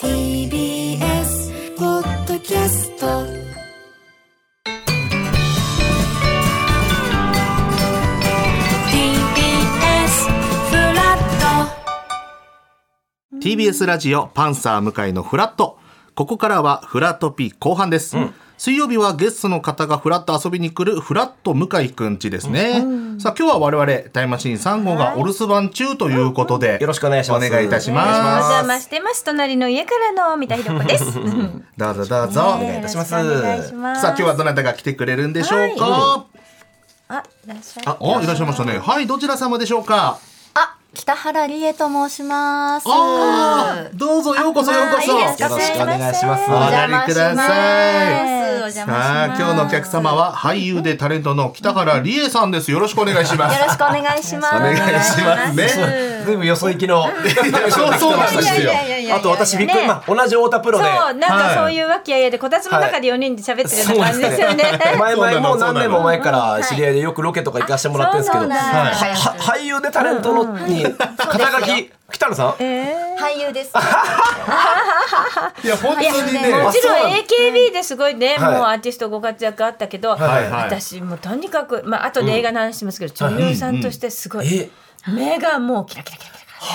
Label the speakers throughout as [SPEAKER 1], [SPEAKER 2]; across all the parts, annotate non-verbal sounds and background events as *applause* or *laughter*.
[SPEAKER 1] TBS ポッドキャストは
[SPEAKER 2] TBS ラジオパンサー向井のフラットここからはフラトピ後半です、水曜日はゲストの方がフラッと遊びに来るフラット向井くんちですね、さあ今日は我々タイムマシーン3号がお留守番中ということで、
[SPEAKER 3] よろしくお願いします
[SPEAKER 2] お願いいたし
[SPEAKER 3] お願いし
[SPEAKER 2] ま
[SPEAKER 3] ますす
[SPEAKER 4] お邪魔してます。隣の家からの三田ひろ子
[SPEAKER 3] *laughs*
[SPEAKER 4] です。お
[SPEAKER 2] だだだぞお願いいたし
[SPEAKER 3] します
[SPEAKER 4] お願いしま。
[SPEAKER 2] ますすさあ今日はどなたが来てくれるんでしょうか、
[SPEAKER 4] あ、いらっしゃい。
[SPEAKER 2] あおいらっしゃいましたねはいどちら様でしょうか
[SPEAKER 1] あ北原理恵と申します
[SPEAKER 2] ああどうぞようこそようこそ
[SPEAKER 4] あいいですか
[SPEAKER 3] よろしくお願いします。
[SPEAKER 2] お上
[SPEAKER 4] 邪
[SPEAKER 2] が
[SPEAKER 4] 魔
[SPEAKER 2] り
[SPEAKER 4] し
[SPEAKER 2] くだ
[SPEAKER 4] ます
[SPEAKER 2] さい
[SPEAKER 1] お邪魔し
[SPEAKER 2] さ
[SPEAKER 1] ま
[SPEAKER 2] あ
[SPEAKER 1] す
[SPEAKER 2] 今日のお客様は俳優でタレントの北原理恵さんですよろしくお願いします
[SPEAKER 4] よろしくお願いします。お
[SPEAKER 2] 願いしますね
[SPEAKER 3] ずいぶんよそ行きの。そう
[SPEAKER 2] そうなん
[SPEAKER 4] い
[SPEAKER 2] です
[SPEAKER 4] やい
[SPEAKER 2] よ
[SPEAKER 4] やいやいや
[SPEAKER 3] あと私びっくり、
[SPEAKER 4] ね
[SPEAKER 3] まあ同じ太田プロ
[SPEAKER 4] そ
[SPEAKER 3] で。
[SPEAKER 4] う、なんかそういうわけやいやで、こたつの中で四人で喋ってるような感じですよね。 *laughs*
[SPEAKER 3] 前々もう何年も前か
[SPEAKER 4] は
[SPEAKER 3] ら
[SPEAKER 4] い
[SPEAKER 3] 知り合いでよくロケとか行かしてもらってるんですけ
[SPEAKER 4] そう
[SPEAKER 3] ど、は
[SPEAKER 4] なんだ
[SPEAKER 3] は俳優でタレントのに肩書き北野さん。
[SPEAKER 1] 俳優です
[SPEAKER 2] いや本当にね
[SPEAKER 4] もち
[SPEAKER 3] あ
[SPEAKER 4] ろ
[SPEAKER 3] そうんなん
[SPEAKER 4] AKB ですごいね、も
[SPEAKER 3] はいう
[SPEAKER 4] アーティストご活躍あったけど、
[SPEAKER 3] はい
[SPEAKER 2] はい
[SPEAKER 4] 私もうとにかく、まあ後で映画の話しますけど、女優さんとしてすごい、
[SPEAKER 3] え、
[SPEAKER 4] 目がもうキラキラキラキラ。
[SPEAKER 3] え、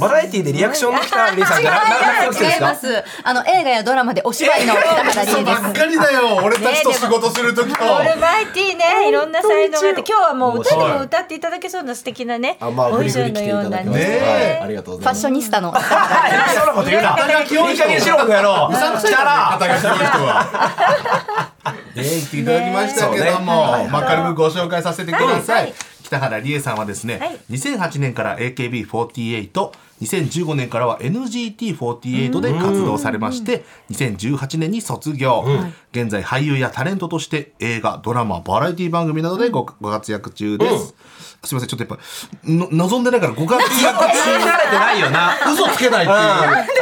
[SPEAKER 3] バラエティでリアクションの北野さんじゃなななくてです
[SPEAKER 1] 違いま
[SPEAKER 3] か。
[SPEAKER 1] すあの映画やドラマでお芝居の北原理
[SPEAKER 2] そ
[SPEAKER 1] 恵
[SPEAKER 2] う
[SPEAKER 1] で
[SPEAKER 2] ばっかりだよ俺たちと仕事する時と
[SPEAKER 4] オールマイティーね、いろんな才能があって、今日はもう歌でも歌っていただけそうな素敵なね、
[SPEAKER 3] あ、まあ
[SPEAKER 4] お
[SPEAKER 3] フリ
[SPEAKER 4] 衣
[SPEAKER 3] フ
[SPEAKER 4] 装
[SPEAKER 3] リ来て
[SPEAKER 4] の
[SPEAKER 3] い
[SPEAKER 4] よ
[SPEAKER 3] た
[SPEAKER 4] う
[SPEAKER 3] だ
[SPEAKER 4] な
[SPEAKER 3] きました。は
[SPEAKER 4] ね。
[SPEAKER 3] いありがとうご
[SPEAKER 1] フ
[SPEAKER 3] ざい
[SPEAKER 1] ァッ
[SPEAKER 3] ます。
[SPEAKER 1] ショニスタの
[SPEAKER 3] はい適当なこと言うな。
[SPEAKER 2] 肩書き多
[SPEAKER 3] い
[SPEAKER 2] い
[SPEAKER 3] い
[SPEAKER 2] 人
[SPEAKER 3] 加減にしろこ *laughs* の野郎。
[SPEAKER 2] うさんくさいな肩書きの人はね言っていただきましたけど
[SPEAKER 3] ねそう
[SPEAKER 2] も
[SPEAKER 3] ね
[SPEAKER 2] まあ軽くご紹介させてくださ
[SPEAKER 4] はいはいい
[SPEAKER 2] 北原理恵さんはです
[SPEAKER 4] は
[SPEAKER 2] ね
[SPEAKER 4] い
[SPEAKER 2] 2008年から AKB48 2015年からは NGT48 で活動されまして2018年に卒業現在俳優やタレントとして映画ドラマバラエティ番組などでごご活躍中ですすみませんちょっとやっぱの望んでないからご活躍中
[SPEAKER 3] *laughs* 気に慣れてないよな。
[SPEAKER 2] 嘘つけないっていう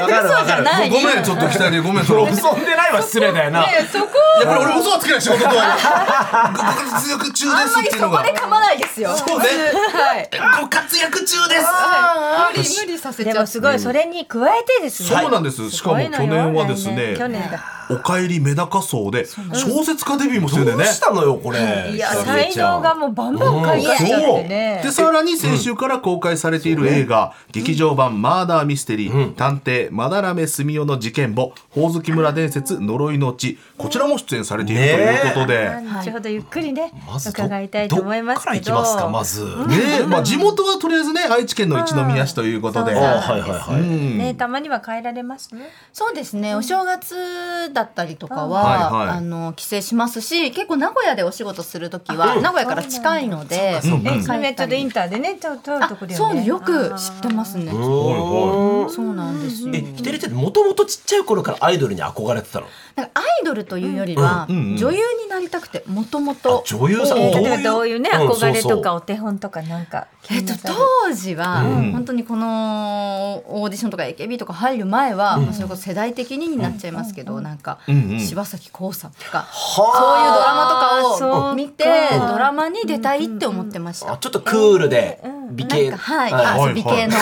[SPEAKER 3] わかるわかる。
[SPEAKER 2] ごごめんちょっと北にごめんそれ嘘
[SPEAKER 3] 遊んでないは失礼だよな。
[SPEAKER 2] いやこれ俺嘘はつけない仕事とはご活躍中ですっていうのが
[SPEAKER 1] 噛まないですよ
[SPEAKER 2] そうね
[SPEAKER 1] はい
[SPEAKER 2] ご活躍中です
[SPEAKER 1] 無理無理させ
[SPEAKER 4] でもすごい、それに加えてですね。
[SPEAKER 2] そうなんですしかも
[SPEAKER 4] すごいのよ
[SPEAKER 2] 去年はですね
[SPEAKER 4] 去年だ。
[SPEAKER 2] おかえりメダカ層で小説家デビューもしてるんだ
[SPEAKER 3] ど
[SPEAKER 2] よ
[SPEAKER 3] う
[SPEAKER 2] ね
[SPEAKER 3] したのよこれ。
[SPEAKER 4] いや、
[SPEAKER 3] 久々
[SPEAKER 4] 才能がもうバンバン開花しちゃってね
[SPEAKER 2] で。さらに先週から公開されている映画、劇場版マーダーミステリー、探偵まだらめすみおの事件簿ほおずき村伝説呪いの地こちらも出演されているということで、
[SPEAKER 4] 後ほどゆっくりね、
[SPEAKER 3] まずど
[SPEAKER 4] 伺いたいと思います
[SPEAKER 3] どっから
[SPEAKER 4] け
[SPEAKER 3] 行きますかま
[SPEAKER 4] ど。
[SPEAKER 3] ず。
[SPEAKER 2] ねまあ地元はとりあえずね愛知県の一宮市ということで、
[SPEAKER 4] うん
[SPEAKER 3] あ
[SPEAKER 4] そ
[SPEAKER 3] は
[SPEAKER 4] うそう
[SPEAKER 3] いはいはい。
[SPEAKER 4] ね、たまには帰られますね。
[SPEAKER 1] そうですね、お正月だったりとか
[SPEAKER 2] うんはい
[SPEAKER 1] は、
[SPEAKER 2] はい
[SPEAKER 1] あの帰省しますし結構名古屋でお仕事する時は、名古屋から近いので
[SPEAKER 2] そうか
[SPEAKER 4] え、
[SPEAKER 2] ん
[SPEAKER 4] それはちょっとインターでね、ちょっと通るとこだよね。
[SPEAKER 1] そうねよく知ってますね
[SPEAKER 2] お
[SPEAKER 1] そうなんですよ
[SPEAKER 3] え、ひてりちゃんってもともとちっちゃい頃からアイドルに憧れてたの。
[SPEAKER 1] なんかアイドルというよりは、女優になりたくてもともと
[SPEAKER 3] あ女優さん。
[SPEAKER 4] 例えばどういうね、
[SPEAKER 3] ん
[SPEAKER 4] 憧れ
[SPEAKER 3] そう
[SPEAKER 4] と
[SPEAKER 3] そ
[SPEAKER 4] か
[SPEAKER 3] う
[SPEAKER 4] お手本とかなんか。
[SPEAKER 1] えっと、当時は、本当にこのオーディションとか AKB とか入る前は、まあそれこそ世代的にになっちゃいますけど、なんか、柴咲コウさんとか、そういうドラマとかを見て
[SPEAKER 4] あーそうか
[SPEAKER 1] ドラマに出たいって思ってました。
[SPEAKER 3] あちょっとクールで美
[SPEAKER 1] なん
[SPEAKER 3] 形。
[SPEAKER 1] かはい、 *laughs*
[SPEAKER 3] はい
[SPEAKER 2] はい
[SPEAKER 1] 遊び系の、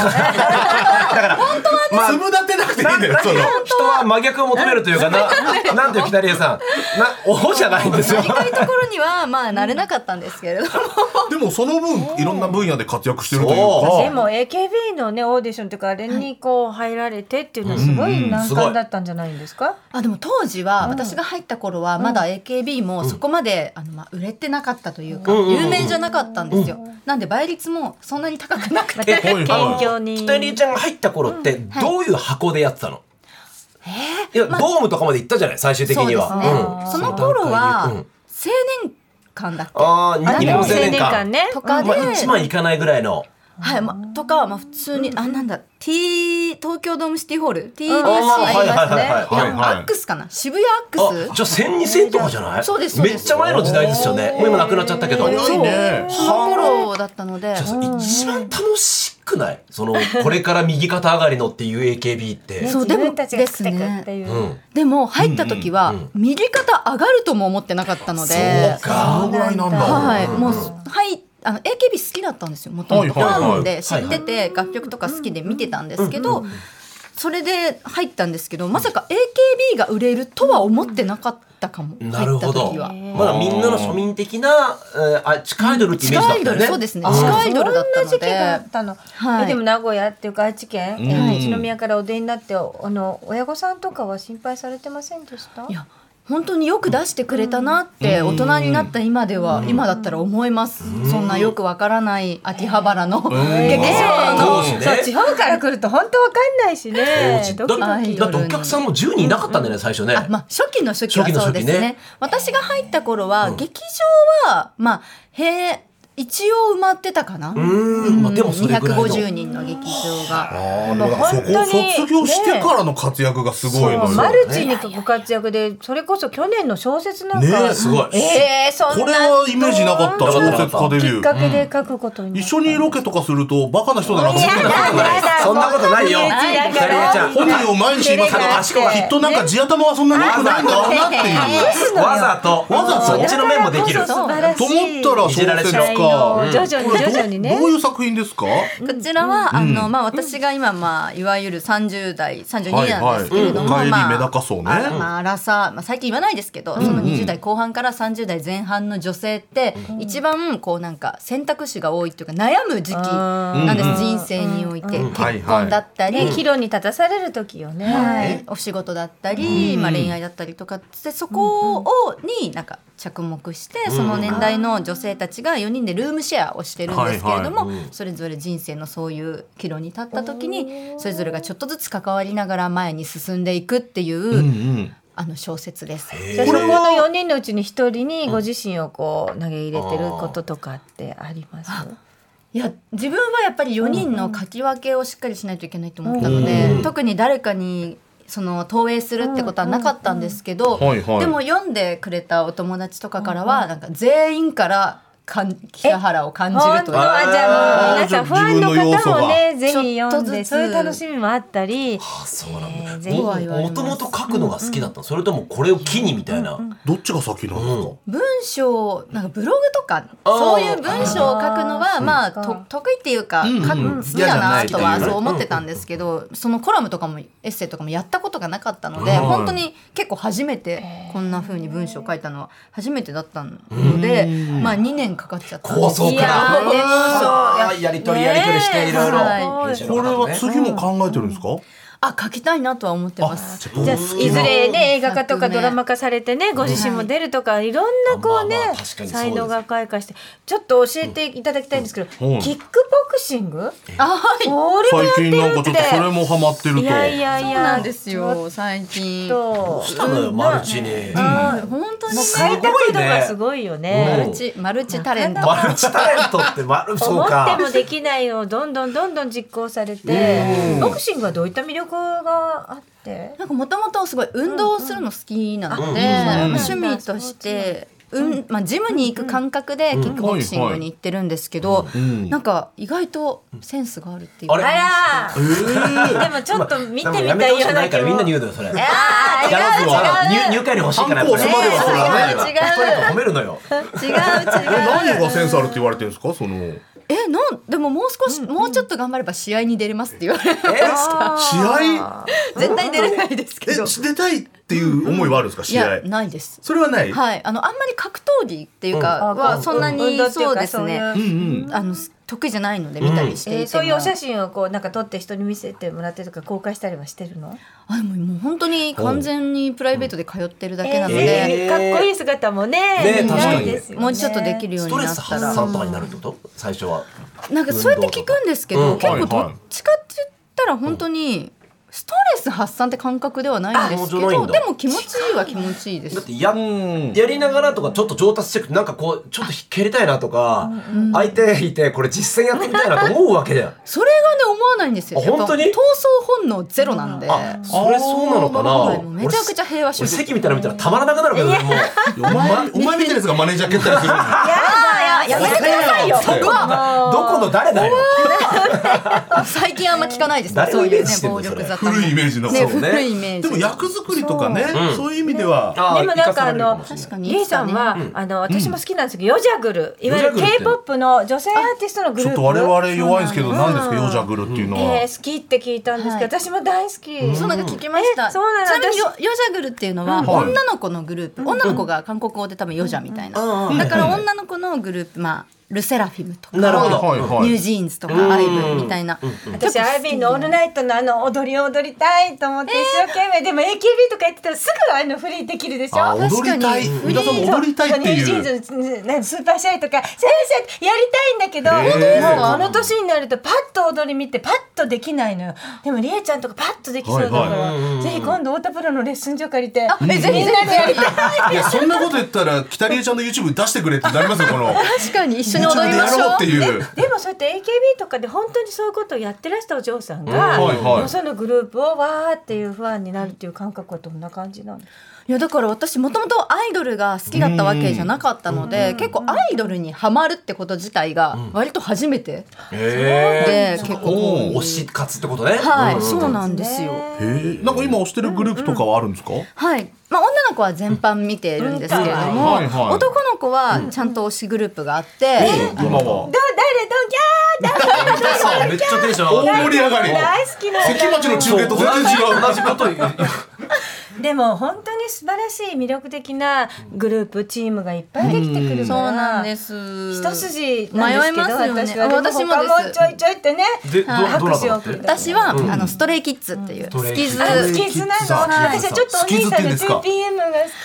[SPEAKER 2] まあ、粒立てなくていいんだよその
[SPEAKER 3] 人は真逆を求めるというかな、 *laughs* なんていうひたりえさん、な、おじゃないんですよ。
[SPEAKER 1] 近いところにはまあなれなかったんですけれども、
[SPEAKER 2] でもその分いろんな分野で活躍してるという
[SPEAKER 3] そう
[SPEAKER 4] で
[SPEAKER 2] か
[SPEAKER 4] も AKB のねオーディションとかあれにこう入られてっていうのはすごい難関だったんじゃないんですか、
[SPEAKER 1] あでも当時は私が入った頃はまだ AKB もそこまで、あのまあ売れてなかったというか、
[SPEAKER 3] うんうんうん
[SPEAKER 1] 有名じゃなかったんですよ。なんで倍率もそんなに高くなく
[SPEAKER 3] *laughs*
[SPEAKER 1] て、
[SPEAKER 2] はい
[SPEAKER 4] 勉
[SPEAKER 2] は
[SPEAKER 4] 強に
[SPEAKER 3] ひたりちゃんが入った頃ってどういう箱でやってたの？いやドームとかまで行ったじゃない最終的には。うん
[SPEAKER 1] そうですね。その頃
[SPEAKER 3] う
[SPEAKER 1] は青
[SPEAKER 3] ん
[SPEAKER 1] 年間だっけ
[SPEAKER 3] ああ、日
[SPEAKER 1] あ
[SPEAKER 3] 本
[SPEAKER 1] でも
[SPEAKER 3] 青年
[SPEAKER 4] 青年間
[SPEAKER 3] 間
[SPEAKER 4] ね
[SPEAKER 1] とかで、
[SPEAKER 3] まあ、1万いかないぐらいの。
[SPEAKER 1] はい、ま、とかはまあ普通に、あなんだ T 東京ドームシティホール TDC
[SPEAKER 4] あー
[SPEAKER 3] はいはいはいはい
[SPEAKER 1] いや、
[SPEAKER 2] はいはい
[SPEAKER 1] アックスかな渋谷アッ
[SPEAKER 3] あじ
[SPEAKER 1] クス
[SPEAKER 3] ゃあ千二千とかじゃない
[SPEAKER 1] そうですそう
[SPEAKER 3] め
[SPEAKER 1] で
[SPEAKER 3] っ
[SPEAKER 1] す
[SPEAKER 3] ちゃ前の時代ですよねもう今なくなっちゃったけど
[SPEAKER 2] 早いね
[SPEAKER 1] その頃だったので
[SPEAKER 3] じゃあさ一番楽しくないそのこれから右肩上がりのっていう AKB って
[SPEAKER 1] そうでも
[SPEAKER 4] 自分たちが食ってくっていう。
[SPEAKER 3] うん
[SPEAKER 1] でも入った時は右肩上がるとも思ってなかったので
[SPEAKER 3] そうか
[SPEAKER 2] のぐらいなんだ。
[SPEAKER 1] はい、もう、はい、あの AKB 好きだったんですよ、もとも
[SPEAKER 2] は
[SPEAKER 1] と。
[SPEAKER 2] いはいはい
[SPEAKER 1] なので、知ってて、楽曲とか好きで見てたんですけど。それで入ったんですけど、まさか AKB が売れるとは思ってなかったかも。
[SPEAKER 3] なるほど
[SPEAKER 1] 入った時は。
[SPEAKER 3] まだみんなの庶民的なえーあ地下アイドルってイ
[SPEAKER 1] 地
[SPEAKER 3] メージ
[SPEAKER 1] 下
[SPEAKER 3] だ
[SPEAKER 1] ア
[SPEAKER 3] った
[SPEAKER 1] イド
[SPEAKER 3] よ
[SPEAKER 1] ル、
[SPEAKER 3] ね
[SPEAKER 1] そうですね。
[SPEAKER 3] あ
[SPEAKER 1] 地下アイドルだった
[SPEAKER 4] 同
[SPEAKER 1] の
[SPEAKER 4] じ期だ
[SPEAKER 1] で
[SPEAKER 4] っ。たの、
[SPEAKER 1] はい
[SPEAKER 4] えでも名古屋っていうか愛知県、
[SPEAKER 2] うん
[SPEAKER 4] 一宮からお出になっておあの親御さんとかは心配されてませんでした
[SPEAKER 1] いや本当によく出してくれたなって大人になった今では今だったら思いますそんなよくわからない秋葉原の劇
[SPEAKER 3] 当時
[SPEAKER 1] 場の
[SPEAKER 4] そう
[SPEAKER 3] ね
[SPEAKER 4] 地方から来ると本当わかんないしね
[SPEAKER 3] 当時だ
[SPEAKER 4] ド
[SPEAKER 3] って
[SPEAKER 4] キド
[SPEAKER 1] ア
[SPEAKER 4] キ
[SPEAKER 1] イ
[SPEAKER 3] だ
[SPEAKER 1] ド
[SPEAKER 3] って
[SPEAKER 1] ルに
[SPEAKER 3] お客さんも10人いなかったんだよね最初ね
[SPEAKER 1] あまあ、初期の初期は
[SPEAKER 3] 初期の
[SPEAKER 1] そ
[SPEAKER 3] 初
[SPEAKER 1] うで
[SPEAKER 3] 期ね
[SPEAKER 1] すね私が入った頃は、劇場はまあへ一応埋まってたかな、
[SPEAKER 3] うーんまあでもそれぐらいの
[SPEAKER 1] 250人の劇場が。
[SPEAKER 2] ああ、で
[SPEAKER 4] も
[SPEAKER 2] もな
[SPEAKER 4] う
[SPEAKER 2] んかそ
[SPEAKER 4] 本当に
[SPEAKER 2] こを卒業してからの活躍がすごいの
[SPEAKER 4] そ
[SPEAKER 2] よ。
[SPEAKER 4] うマルチにご活躍でそれこそ去年の小説なんか
[SPEAKER 2] ね
[SPEAKER 4] は
[SPEAKER 2] え
[SPEAKER 3] すごい
[SPEAKER 4] えー、そんな
[SPEAKER 2] これはイメージなかった、
[SPEAKER 3] な
[SPEAKER 2] 小
[SPEAKER 3] かった
[SPEAKER 2] 説家デビ
[SPEAKER 4] きっ
[SPEAKER 2] ュ
[SPEAKER 4] か
[SPEAKER 2] ー。
[SPEAKER 4] けで書くことにな
[SPEAKER 2] 一緒にロケとかすると、バカな人だなと思って
[SPEAKER 4] や
[SPEAKER 2] た
[SPEAKER 4] だ
[SPEAKER 3] そんなことないそんなことないよ
[SPEAKER 4] ないない
[SPEAKER 3] カリナちゃん
[SPEAKER 2] 本人を前にしていますから、
[SPEAKER 3] あ
[SPEAKER 2] きっとなんか地頭はそんなに良くないんだろうなっていう。
[SPEAKER 3] わざと
[SPEAKER 2] わざと
[SPEAKER 3] そっちの面もできる
[SPEAKER 4] だからこそ素晴らしい
[SPEAKER 2] と思ったら小説
[SPEAKER 4] 才
[SPEAKER 2] 家。
[SPEAKER 4] 能
[SPEAKER 2] こ
[SPEAKER 4] 徐々に徐々
[SPEAKER 2] れ
[SPEAKER 4] に
[SPEAKER 2] ど
[SPEAKER 4] ね
[SPEAKER 2] どういう作品ですか
[SPEAKER 1] *laughs* こちらは、あのまあ、私が今、まあ、いわゆる30代32なんですけれども、
[SPEAKER 2] はいはいうん
[SPEAKER 1] まあ
[SPEAKER 2] お帰りメダカ層ね
[SPEAKER 1] あまあアラサーまあ、最近言わないですけど、その20代後半から30代前半の女性って、一番こうなんか選択肢が多いというか悩む時期なんです、
[SPEAKER 2] うんうん
[SPEAKER 1] 人生において、
[SPEAKER 2] うんはい
[SPEAKER 1] 結
[SPEAKER 2] はい
[SPEAKER 1] 婚だったり、
[SPEAKER 4] ね岐路に立たされる時よね、
[SPEAKER 1] はい、お仕事だったり、まあ、恋愛だったりとかってそこをになんか着目して、その年代の女性たちが4人でルームシェアをしてるんですけれども、
[SPEAKER 3] はいはいうん
[SPEAKER 1] それぞれ人生のそういう岐路に立った時にそれぞれがちょっとずつ関わりながら前に進んでいくっていう、
[SPEAKER 2] ん。
[SPEAKER 1] あの小説です。
[SPEAKER 4] じゃあそこの四人のうちに一人にご自身をこう投げ入れてることとかってあります？
[SPEAKER 1] いや自分はやっぱり4人の書き分けをしっかりしないといけないと思ったので、特に誰かにその投影するってことはなかったんですけど、
[SPEAKER 2] うんはいはい
[SPEAKER 1] でも読んでくれたお友達とかからはなんか全員からかん北原を感じる
[SPEAKER 4] 本
[SPEAKER 1] と
[SPEAKER 4] 当
[SPEAKER 1] いう
[SPEAKER 4] はじゃあもう皆さんファンの方もねぜ
[SPEAKER 1] 自
[SPEAKER 4] ひ
[SPEAKER 1] 分の要素が
[SPEAKER 4] 読んでそう
[SPEAKER 1] ちょっと
[SPEAKER 4] い
[SPEAKER 1] ずつ
[SPEAKER 4] う楽しみもあったり、
[SPEAKER 3] あそうなんだ
[SPEAKER 4] えーぜひ
[SPEAKER 1] は言われ
[SPEAKER 3] も
[SPEAKER 1] ます
[SPEAKER 3] ともと書くのが好きだったのそれともこれを機にみたいな
[SPEAKER 2] どっちが先なんですか
[SPEAKER 1] 文章なんかブログとか
[SPEAKER 3] あー
[SPEAKER 1] そういう文章を書くのはまあ
[SPEAKER 4] そうか
[SPEAKER 1] と得意っていうか、
[SPEAKER 2] うんうん
[SPEAKER 1] 書く好きだなと
[SPEAKER 2] 嫌じゃない
[SPEAKER 1] は
[SPEAKER 2] という
[SPEAKER 1] そう思ってたんですけど、そのコラムとかもエッセイとかもやったことがなかったので、
[SPEAKER 2] はい
[SPEAKER 1] 本当に結構初めてこんな風に文章を書いたのは初めてだったので、まあ2年かかっちゃったんで
[SPEAKER 3] 構
[SPEAKER 1] す
[SPEAKER 3] 想から
[SPEAKER 4] いやーね
[SPEAKER 3] あーやりとりやりとりしていろいろ
[SPEAKER 1] はい
[SPEAKER 3] 編集の
[SPEAKER 2] こ
[SPEAKER 3] 方
[SPEAKER 2] れ
[SPEAKER 3] と
[SPEAKER 2] は
[SPEAKER 3] ね
[SPEAKER 2] 次も考えてるんですか
[SPEAKER 1] あ書きたいなとは思ってます。
[SPEAKER 2] じゃあ
[SPEAKER 4] じゃあ
[SPEAKER 2] どう
[SPEAKER 4] いずれね映
[SPEAKER 1] そう
[SPEAKER 4] 画化とかドラマ化されてねご自身も出るとかいろんなこうね
[SPEAKER 3] まあまあ確かにそうです
[SPEAKER 4] 才能が開花してちょっと教えていただきたいんですけどキ
[SPEAKER 2] うん
[SPEAKER 4] ックボクシング？
[SPEAKER 1] あはいそう
[SPEAKER 4] これもやっ
[SPEAKER 2] 最近なん
[SPEAKER 4] てる
[SPEAKER 2] か
[SPEAKER 4] っ
[SPEAKER 2] ちょ
[SPEAKER 4] て
[SPEAKER 2] っとそれもハマってると。
[SPEAKER 4] いやいやいや
[SPEAKER 1] なんですよ最近。
[SPEAKER 4] ち
[SPEAKER 1] もう
[SPEAKER 4] ょっと
[SPEAKER 3] したのよマルチに
[SPEAKER 1] 本当に
[SPEAKER 4] 開拓度がすごいよ
[SPEAKER 3] すごいね
[SPEAKER 4] ね
[SPEAKER 1] マルチマルチタレント。
[SPEAKER 3] マルチタレントってマルそ
[SPEAKER 4] 思
[SPEAKER 3] う
[SPEAKER 4] って
[SPEAKER 3] か
[SPEAKER 4] もできないをどんどんどんどん実行されてボクシングはどういった魅力があって
[SPEAKER 1] なんかもともとすごい運動するの好きなので、
[SPEAKER 3] うんうん
[SPEAKER 1] まあ趣味として、うんまあ、ジムに行く感覚でキックボクシングに行ってるんですけど、
[SPEAKER 2] ん
[SPEAKER 1] なんか意外とセンスがあるっていう
[SPEAKER 3] あ
[SPEAKER 1] か
[SPEAKER 3] れ
[SPEAKER 4] あらでもちょっと見てみ
[SPEAKER 3] やめて
[SPEAKER 4] たい
[SPEAKER 3] ほし
[SPEAKER 4] よう
[SPEAKER 3] くな
[SPEAKER 4] ない
[SPEAKER 3] から
[SPEAKER 4] 気
[SPEAKER 3] みんなに
[SPEAKER 4] も
[SPEAKER 3] 言うのよそれ
[SPEAKER 4] あ
[SPEAKER 3] やらずは
[SPEAKER 4] 違う違う
[SPEAKER 3] 入入会に欲しいか
[SPEAKER 2] ハ
[SPEAKER 3] ら
[SPEAKER 2] ンコ押せばではそれはね
[SPEAKER 4] 違
[SPEAKER 3] と
[SPEAKER 4] う違う
[SPEAKER 3] にかく褒めるのよ
[SPEAKER 1] *laughs* 違う違
[SPEAKER 2] え何
[SPEAKER 1] う
[SPEAKER 2] がセンスあるって言われてるんですかその
[SPEAKER 1] えなんでももう少し、もうちょっと頑張れば試合に出れますって言われる
[SPEAKER 2] 試合
[SPEAKER 1] *laughs* 絶対出れないですけ
[SPEAKER 2] え
[SPEAKER 1] ど
[SPEAKER 2] 出たいっていう思いはあるんですか
[SPEAKER 1] い
[SPEAKER 2] 試合
[SPEAKER 1] やないです
[SPEAKER 2] それはない
[SPEAKER 1] はいあのあんまり格闘技っていうか
[SPEAKER 4] あ
[SPEAKER 1] はそんな
[SPEAKER 4] 運
[SPEAKER 1] に
[SPEAKER 4] 動ってい
[SPEAKER 1] そううで
[SPEAKER 4] か
[SPEAKER 1] す
[SPEAKER 4] そうい
[SPEAKER 1] ね
[SPEAKER 4] う
[SPEAKER 2] うんうん
[SPEAKER 1] あの得意じゃないので見たりしていても、
[SPEAKER 4] えーそういうお写真をこうなんか撮って人に見せてもらってとか公開したりはしてるの
[SPEAKER 1] あでももう本当に完全にプライベートで通ってるだけなので、
[SPEAKER 4] えーかっこいい姿もね
[SPEAKER 3] ね
[SPEAKER 4] 見たい
[SPEAKER 3] 確かに
[SPEAKER 4] ですよね
[SPEAKER 1] もうちょっとできるよう
[SPEAKER 3] ス
[SPEAKER 1] に
[SPEAKER 3] トレ
[SPEAKER 1] なっ
[SPEAKER 3] ス
[SPEAKER 1] た
[SPEAKER 3] 発
[SPEAKER 1] ら
[SPEAKER 3] 散とかになるってこと最初は
[SPEAKER 1] なんかそうやって聞くんですけど、
[SPEAKER 3] うん
[SPEAKER 1] 結
[SPEAKER 2] はいは
[SPEAKER 1] 構
[SPEAKER 2] い
[SPEAKER 1] どっちかって言ったら本当にストレス発散って感覚ではないんですけ
[SPEAKER 3] あもうじゃないん
[SPEAKER 1] ど
[SPEAKER 3] だ
[SPEAKER 1] でも気持ちいいは気持ちいいです
[SPEAKER 3] だってややりながらとかちょっと上達していくとなんかこうちょっと蹴りたいなとか相手いてこれ実践やってみたいなと思うわけだよ
[SPEAKER 1] それがね思わないんですよ
[SPEAKER 3] あ本当に
[SPEAKER 1] やっぱ闘争本能ゼロなんで
[SPEAKER 3] あそれそうなのか
[SPEAKER 1] は
[SPEAKER 3] ない
[SPEAKER 1] もうめちゃくちゃ平和主
[SPEAKER 3] 俺
[SPEAKER 1] 義
[SPEAKER 3] 席みたいなの見たらたまらなくなるけどもう
[SPEAKER 2] お前、お前みたいなやつがマネージャー蹴ったりするのに。
[SPEAKER 4] やめてくださいよ。
[SPEAKER 3] どこのどこの誰だよ
[SPEAKER 1] 最近あんま聞かないですね
[SPEAKER 3] 誰を
[SPEAKER 1] そう
[SPEAKER 3] イ
[SPEAKER 1] い
[SPEAKER 3] メージ
[SPEAKER 1] うね
[SPEAKER 3] してんの
[SPEAKER 1] 暴力
[SPEAKER 3] それ
[SPEAKER 1] 沙汰
[SPEAKER 2] 古いイメージの。
[SPEAKER 1] ね
[SPEAKER 3] そうね
[SPEAKER 1] 古いイメー
[SPEAKER 2] で
[SPEAKER 1] ジ
[SPEAKER 2] も役作りとかね、
[SPEAKER 3] うん
[SPEAKER 2] そういう意味では。
[SPEAKER 3] あー
[SPEAKER 4] でもなんかあ
[SPEAKER 3] 生される
[SPEAKER 4] の
[SPEAKER 3] もしれない
[SPEAKER 1] 確かに
[SPEAKER 4] リーさんは、あの私も好きなんですけど、ヨジャグルいわ
[SPEAKER 3] ヨ
[SPEAKER 4] ゆる
[SPEAKER 3] ジャグルって
[SPEAKER 4] K-POP の女性アーティストのグルー
[SPEAKER 2] ち
[SPEAKER 4] プ
[SPEAKER 2] ょっと我々弱いんですけど、
[SPEAKER 4] そう
[SPEAKER 2] 何
[SPEAKER 4] なの
[SPEAKER 2] ですか、ヨジャグルっていうの
[SPEAKER 4] え
[SPEAKER 2] は。
[SPEAKER 4] ー好きって聞いたんですけど、私も大好き、
[SPEAKER 1] そうなんか聞きました。
[SPEAKER 4] えそうなの
[SPEAKER 1] ちなみにヨヨジャグルっていうのは、
[SPEAKER 2] ん
[SPEAKER 1] 女の子のグループ、女の子が韓国語で多分ヨジャみたいな。だから女の子のグループ、まあルセラフィムとか、
[SPEAKER 3] なるほど
[SPEAKER 2] はいはいはい
[SPEAKER 1] ニュージーンズとかアイブみたいな。
[SPEAKER 4] 私アイビーの「オールナイト」のあの踊りを踊りたいと思って一生懸命、でも AKB とかやってたらすぐあのフリーできるでし
[SPEAKER 2] あ
[SPEAKER 4] ょ
[SPEAKER 2] ー、踊りたい。
[SPEAKER 1] 確か
[SPEAKER 2] 宇田さんも踊りたいって
[SPEAKER 4] ニュージーン
[SPEAKER 2] いう。
[SPEAKER 4] ズのねスーパーシャイとか先生やりたいんだけど、もうあの年になるとパッと踊り見てパッとできないのよでもりえちゃんとかパッとできそうだから、
[SPEAKER 2] はい
[SPEAKER 4] ぜひ今度太田プロのレッスン所借りて
[SPEAKER 1] えぜひ
[SPEAKER 4] みんなでやりたい
[SPEAKER 2] いや、そんなこと言ったら、北里ちゃんの YouTube 出してくれってなりますよ、こ
[SPEAKER 4] *laughs*
[SPEAKER 2] の。
[SPEAKER 1] 確かに一緒に
[SPEAKER 2] YouTube
[SPEAKER 1] 踊
[SPEAKER 2] で
[SPEAKER 1] り
[SPEAKER 2] や
[SPEAKER 1] まし
[SPEAKER 2] ろう
[SPEAKER 1] ょ
[SPEAKER 2] って
[SPEAKER 1] う。
[SPEAKER 2] いう。
[SPEAKER 4] でもそうやって AKB とかで本当にそういうことをやってらしたお嬢さんが、
[SPEAKER 2] うんはいはい
[SPEAKER 4] もうそのグループをわーっていうファンになるっていう感覚はどんな感じなの
[SPEAKER 1] いやだから私もともとアイドルが好きだったわけじゃなかったので、結構アイドルにハマるってこと自体が割と初めて
[SPEAKER 3] え
[SPEAKER 1] で結構こう
[SPEAKER 3] お推し活ってことね
[SPEAKER 1] は
[SPEAKER 3] うん
[SPEAKER 1] いそうなんですよ。
[SPEAKER 2] へーなんか今推してるグループとかはあるんですか。
[SPEAKER 1] はい、まあ、女の子は全般見てるんですけ
[SPEAKER 2] う
[SPEAKER 1] れど
[SPEAKER 2] ん
[SPEAKER 1] も、
[SPEAKER 2] はいはい
[SPEAKER 1] 男の子はちゃんと推しグループがあって、
[SPEAKER 2] 今は
[SPEAKER 4] ど。誰どキャー誰
[SPEAKER 3] *laughs* そうめっちゃテンション上が
[SPEAKER 2] 大
[SPEAKER 3] る
[SPEAKER 2] 盛り上がり。
[SPEAKER 4] 大好きなんだ
[SPEAKER 2] 関町の中
[SPEAKER 3] そう
[SPEAKER 2] 継と全然違う。
[SPEAKER 3] 同じこと言う
[SPEAKER 4] でも本当に素晴らしい魅力的なグループチームがいっぱいできてくるから、
[SPEAKER 1] そうなんです
[SPEAKER 4] 一筋なんですけど
[SPEAKER 1] 迷いますよね
[SPEAKER 4] 私はでも
[SPEAKER 1] 私もです
[SPEAKER 4] 他もちょいちょいってね
[SPEAKER 3] でど
[SPEAKER 4] 拍
[SPEAKER 3] どなた
[SPEAKER 4] 手
[SPEAKER 3] だ
[SPEAKER 4] を
[SPEAKER 3] っ
[SPEAKER 4] 送
[SPEAKER 3] て
[SPEAKER 4] りたい
[SPEAKER 1] 私は、あのストレイキッズっていう
[SPEAKER 3] トレイキッズ
[SPEAKER 1] スキズ
[SPEAKER 4] あ好
[SPEAKER 1] あ
[SPEAKER 4] きずなの
[SPEAKER 2] さあ
[SPEAKER 4] 私はちょっとお兄さんの
[SPEAKER 2] 好きずって
[SPEAKER 4] 2PM が好き
[SPEAKER 1] そ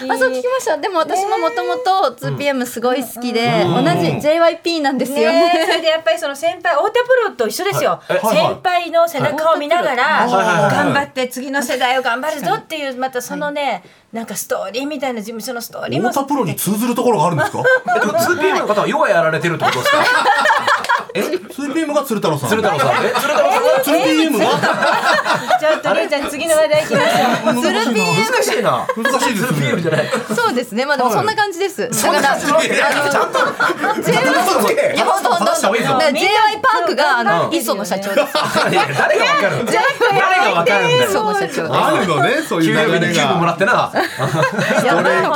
[SPEAKER 1] う聞きましたでも私ももともと 2PM すごい好きで、同じ JYP なんですよ
[SPEAKER 4] ねえ
[SPEAKER 1] ね
[SPEAKER 4] それでやっぱりその先輩太田プロと一緒ですよ、
[SPEAKER 3] はいえはいはい
[SPEAKER 4] 先輩の背中を見ながら、
[SPEAKER 3] いはいはい
[SPEAKER 4] 頑張って次の世代を頑張るぞっていうまたそのね、なんかストーリーみたいな事務所のストーリーも
[SPEAKER 2] 太田プロに通ずるところがあるんですか。
[SPEAKER 3] えでも 2PM の方はヨガやられてるってことですか
[SPEAKER 2] え、2PM が鶴太郎さん。
[SPEAKER 3] 鶴太郎さんえ鶴太郎さんが
[SPEAKER 2] 2PM が。
[SPEAKER 4] ちょっとりえちゃん次の話題いきましょう
[SPEAKER 2] 難しいな
[SPEAKER 3] 難しいな
[SPEAKER 2] 難しい
[SPEAKER 3] *laughs*
[SPEAKER 2] ですね
[SPEAKER 3] 2PM じゃない
[SPEAKER 1] そうですねまあでもそんな感じです、だから
[SPEAKER 3] ちゃんと嘘つけ
[SPEAKER 1] いや本当本
[SPEAKER 3] 話 *laughs* した方がいいぞ
[SPEAKER 1] 当だから JY パークがあ
[SPEAKER 4] う
[SPEAKER 1] の
[SPEAKER 4] ん
[SPEAKER 1] 磯野社長
[SPEAKER 3] い
[SPEAKER 1] です
[SPEAKER 3] や誰がわかる誰がわかるんだ
[SPEAKER 1] 磯
[SPEAKER 3] よ
[SPEAKER 1] 野社長です
[SPEAKER 2] あるのね、そうい
[SPEAKER 3] 給
[SPEAKER 2] う
[SPEAKER 3] 料
[SPEAKER 2] 流
[SPEAKER 3] 日
[SPEAKER 2] れ
[SPEAKER 3] に給料もら
[SPEAKER 2] が。
[SPEAKER 3] ってな
[SPEAKER 2] 俺
[SPEAKER 4] やばい本当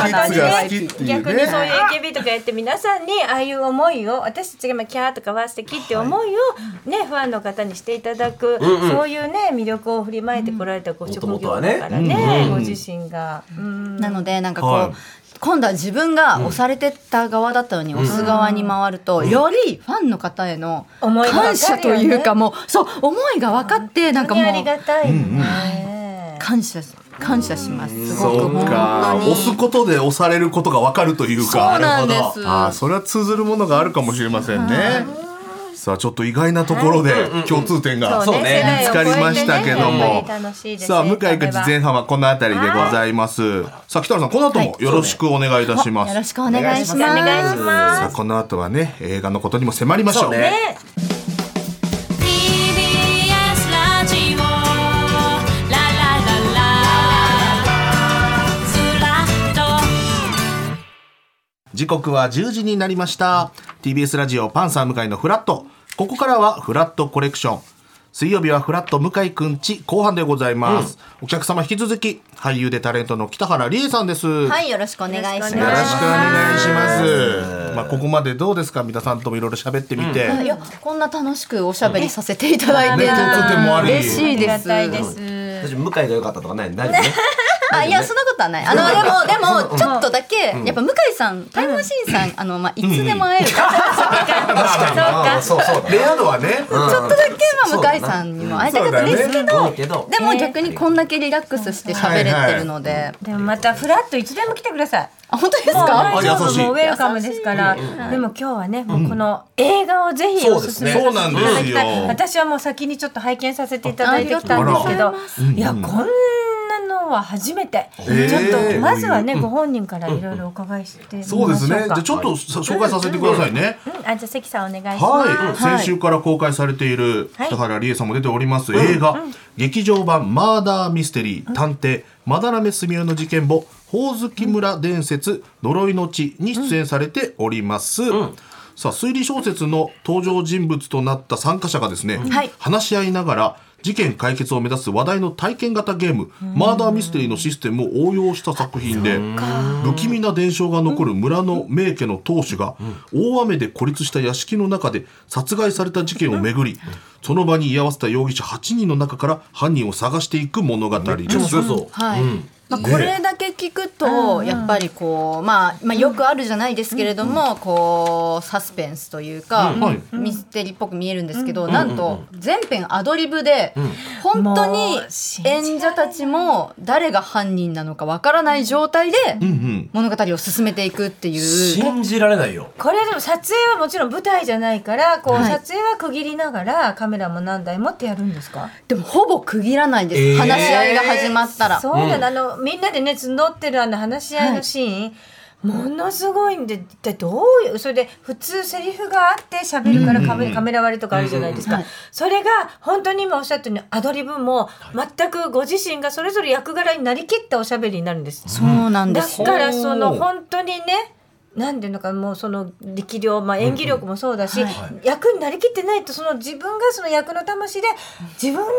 [SPEAKER 4] に
[SPEAKER 2] キッズが好きっていうね
[SPEAKER 4] 逆にそういう AKB とかやって皆さんにああいう思いを私たちがまあキャーとかわー素敵って思いをねファンの方にしていただくそういうね魅力を振りまいてこられたご職業だから
[SPEAKER 3] 元
[SPEAKER 4] ねご自身がうん
[SPEAKER 1] なのでなんかこう、
[SPEAKER 2] はい
[SPEAKER 1] 今度は自分が押されてった側だったのに押す側に回ると、よりファンの方への
[SPEAKER 4] 思いが分かるよね
[SPEAKER 1] 感謝というかもうそう思いが分かってなん
[SPEAKER 4] 本当
[SPEAKER 1] か
[SPEAKER 4] に
[SPEAKER 1] も
[SPEAKER 4] ありが
[SPEAKER 1] う
[SPEAKER 4] たいね
[SPEAKER 1] 感謝感謝しますすごく
[SPEAKER 2] そう
[SPEAKER 1] 本
[SPEAKER 2] か、
[SPEAKER 1] 当
[SPEAKER 2] 押
[SPEAKER 1] に
[SPEAKER 2] すことで押されることがわかるというか。
[SPEAKER 1] そうなんで
[SPEAKER 2] な
[SPEAKER 1] す
[SPEAKER 2] るほどあー、それは通ずるものがあるかもしれませんね。さあ、ちょっと意外なところで共通点が
[SPEAKER 3] そうね
[SPEAKER 2] 見つかりましたけども。さあ、向井口前半はこのあたりでございます。さあ、北野さん、この後もよろしくお願いいたします。
[SPEAKER 1] よろしくお願いします
[SPEAKER 4] お願いします
[SPEAKER 2] さあ、この後はね、映画のことにも迫りましょう。
[SPEAKER 3] ね
[SPEAKER 4] ね
[SPEAKER 5] TBS ラジオララララずらっと
[SPEAKER 2] 時刻は10時になりました TBS ラジオパンサー向井のフラットここからはフラットコレクション水曜日はフラット向井くんち後半でございます、お客様引き続き俳優でタレントの北原理恵さんです、
[SPEAKER 1] は
[SPEAKER 2] よ
[SPEAKER 1] いよろしくお願いします
[SPEAKER 4] よ
[SPEAKER 2] ろ
[SPEAKER 4] ろ
[SPEAKER 2] しくお
[SPEAKER 4] く
[SPEAKER 2] 願いしますまあここまでどうですか皆さんともいろいろ喋ってみて、
[SPEAKER 1] いやこんな楽しくおしゃべりさせていただいて
[SPEAKER 2] ね共通点もあり
[SPEAKER 1] 嬉しい
[SPEAKER 4] あり
[SPEAKER 1] で
[SPEAKER 4] が
[SPEAKER 1] す
[SPEAKER 4] たいです
[SPEAKER 3] 私向井が良かったとか *laughs* ないないね
[SPEAKER 1] あいやそんなことはないあのでもでもちょっとだけやっぱ向井さんタイムマシーンさんあのまあいつでも会えるから
[SPEAKER 3] 確かにそうそうだね
[SPEAKER 2] レア度はね、
[SPEAKER 1] ちょっとだけまあ向井さんにも会いたかったです
[SPEAKER 3] そ
[SPEAKER 1] けど、
[SPEAKER 3] うだねうんそうだよねけど
[SPEAKER 1] でも逆にこんだけリラックスして喋れてるので、
[SPEAKER 4] でもまたフラッといつでも来てください。
[SPEAKER 1] あ本当です
[SPEAKER 4] もう
[SPEAKER 1] か
[SPEAKER 4] 大丈
[SPEAKER 2] あ優
[SPEAKER 4] 夫
[SPEAKER 2] しい
[SPEAKER 4] もうウェルカムですから。でも今日はね、もうこの映画をぜひおすすめさせていた
[SPEAKER 2] そう
[SPEAKER 4] だ
[SPEAKER 2] ですねそ
[SPEAKER 4] き
[SPEAKER 2] う
[SPEAKER 4] た
[SPEAKER 2] なんですよ
[SPEAKER 4] い。私はもう先にちょっと拝見させていただいてきたんですけ
[SPEAKER 2] あ
[SPEAKER 4] ど、いやこんなのは初めて。ち
[SPEAKER 2] へー
[SPEAKER 4] ょっとまずはねご本人からいろいろお伺いしてみましょ
[SPEAKER 2] そうで
[SPEAKER 4] うか。
[SPEAKER 2] すねじゃあちょっとさ紹介させてくださいね、
[SPEAKER 4] うんあじゃあ関さんお願いします。
[SPEAKER 2] はい、先週から公開されている
[SPEAKER 4] はい
[SPEAKER 2] 北原理恵さんも出ております、映画、劇場版マーダーミステリー探偵、まだらめすみおの事件簿ほおずき村伝説呪いの地に出演されております、さあ推理小説の登場人物となった参加者がですね、
[SPEAKER 1] はい
[SPEAKER 2] 話し合いながら事件解決を目指す話題の体験型ゲーム、マーダーミステリーのシステムを応用した作品で不気味な伝承が残る村の名家の当主が、大雨で孤立した屋敷の中で殺害された事件をめぐり、その場に居合わせた容疑者8人の中から犯人を探していく物語です。
[SPEAKER 3] そうそう
[SPEAKER 1] はい。まあ、これだけ聞くと、やっぱりこう、まあ、まあ、よくあるじゃないですけれども、こう、サスペンスというか、
[SPEAKER 2] うんはい
[SPEAKER 1] ミステリーっぽく見えるんですけど、なんと、全編アドリブで、本当に
[SPEAKER 4] もう信じられない
[SPEAKER 1] 演者たちも誰が犯人なのかわからない状態で、
[SPEAKER 2] うん
[SPEAKER 1] 物語を進めていくっていう。
[SPEAKER 3] 信じられないよ
[SPEAKER 4] これでも撮影はもちろん舞台じゃないから、こう
[SPEAKER 1] はい
[SPEAKER 4] 撮影は区切りながらカメラも何台もってやるんですか。
[SPEAKER 1] でも、ほぼ区切らないです。
[SPEAKER 3] えー
[SPEAKER 1] 話し合いが始まったら。
[SPEAKER 4] そうなの、あのみんなでね募ってるあの話し合いのシーン、ものすごいんで一体どういうそれで普通セリフがあって喋るからカメ,、カメラ割りとかあるじゃないですか、
[SPEAKER 1] うんうんうん
[SPEAKER 4] それが本当に今おっしゃったようにアドリブも全くご自身がそれぞれ役柄になりきったおしゃべりになるんです。
[SPEAKER 1] そうなんで
[SPEAKER 4] だ
[SPEAKER 1] す。
[SPEAKER 4] からその
[SPEAKER 3] ほう
[SPEAKER 4] 本当にねなんていうのかもうその力量、まあ、演技力もそうだし、役になりきってないとその自分がその役の魂で自分の言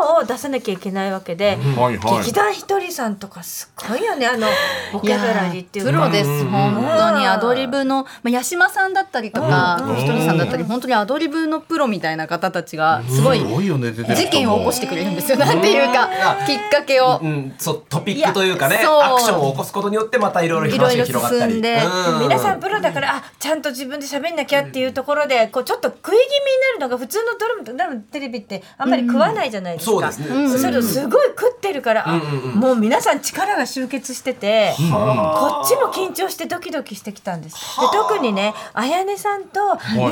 [SPEAKER 4] 葉を出さなきゃいけないわけで、
[SPEAKER 2] はいはい
[SPEAKER 4] 劇団ひとりさんとかすごいよねあのボ
[SPEAKER 1] い
[SPEAKER 4] ケギ
[SPEAKER 1] や
[SPEAKER 4] ャラリーっていう
[SPEAKER 1] プ
[SPEAKER 4] のは
[SPEAKER 1] ロです本当にアドリブの、まあ、八島さんだったりとか
[SPEAKER 2] うん
[SPEAKER 1] ひとりさんだったり本当にアドリブのプロみたいな方たちがすごい
[SPEAKER 2] すごいよね出てる人も
[SPEAKER 1] 事件を起こしてくれるんですよなんていうかきっかけを
[SPEAKER 3] うん、そうトピックというかね
[SPEAKER 1] いやそう
[SPEAKER 3] アクションを起こすことによってまたいろいろ話が広がったり
[SPEAKER 1] いろいろ進
[SPEAKER 4] 皆さんプロだからあちゃんと自分で喋んなきゃっていうところでこうちょっと食い気味になるのが普通のドラマドラマテレビってあんまり食わないじゃないですか、
[SPEAKER 3] そうですね
[SPEAKER 4] んそれをすごい食ってるから、あもう皆さん力が集結してて、こっちも緊張してドキドキしてきたんです。で特にね綾音さんと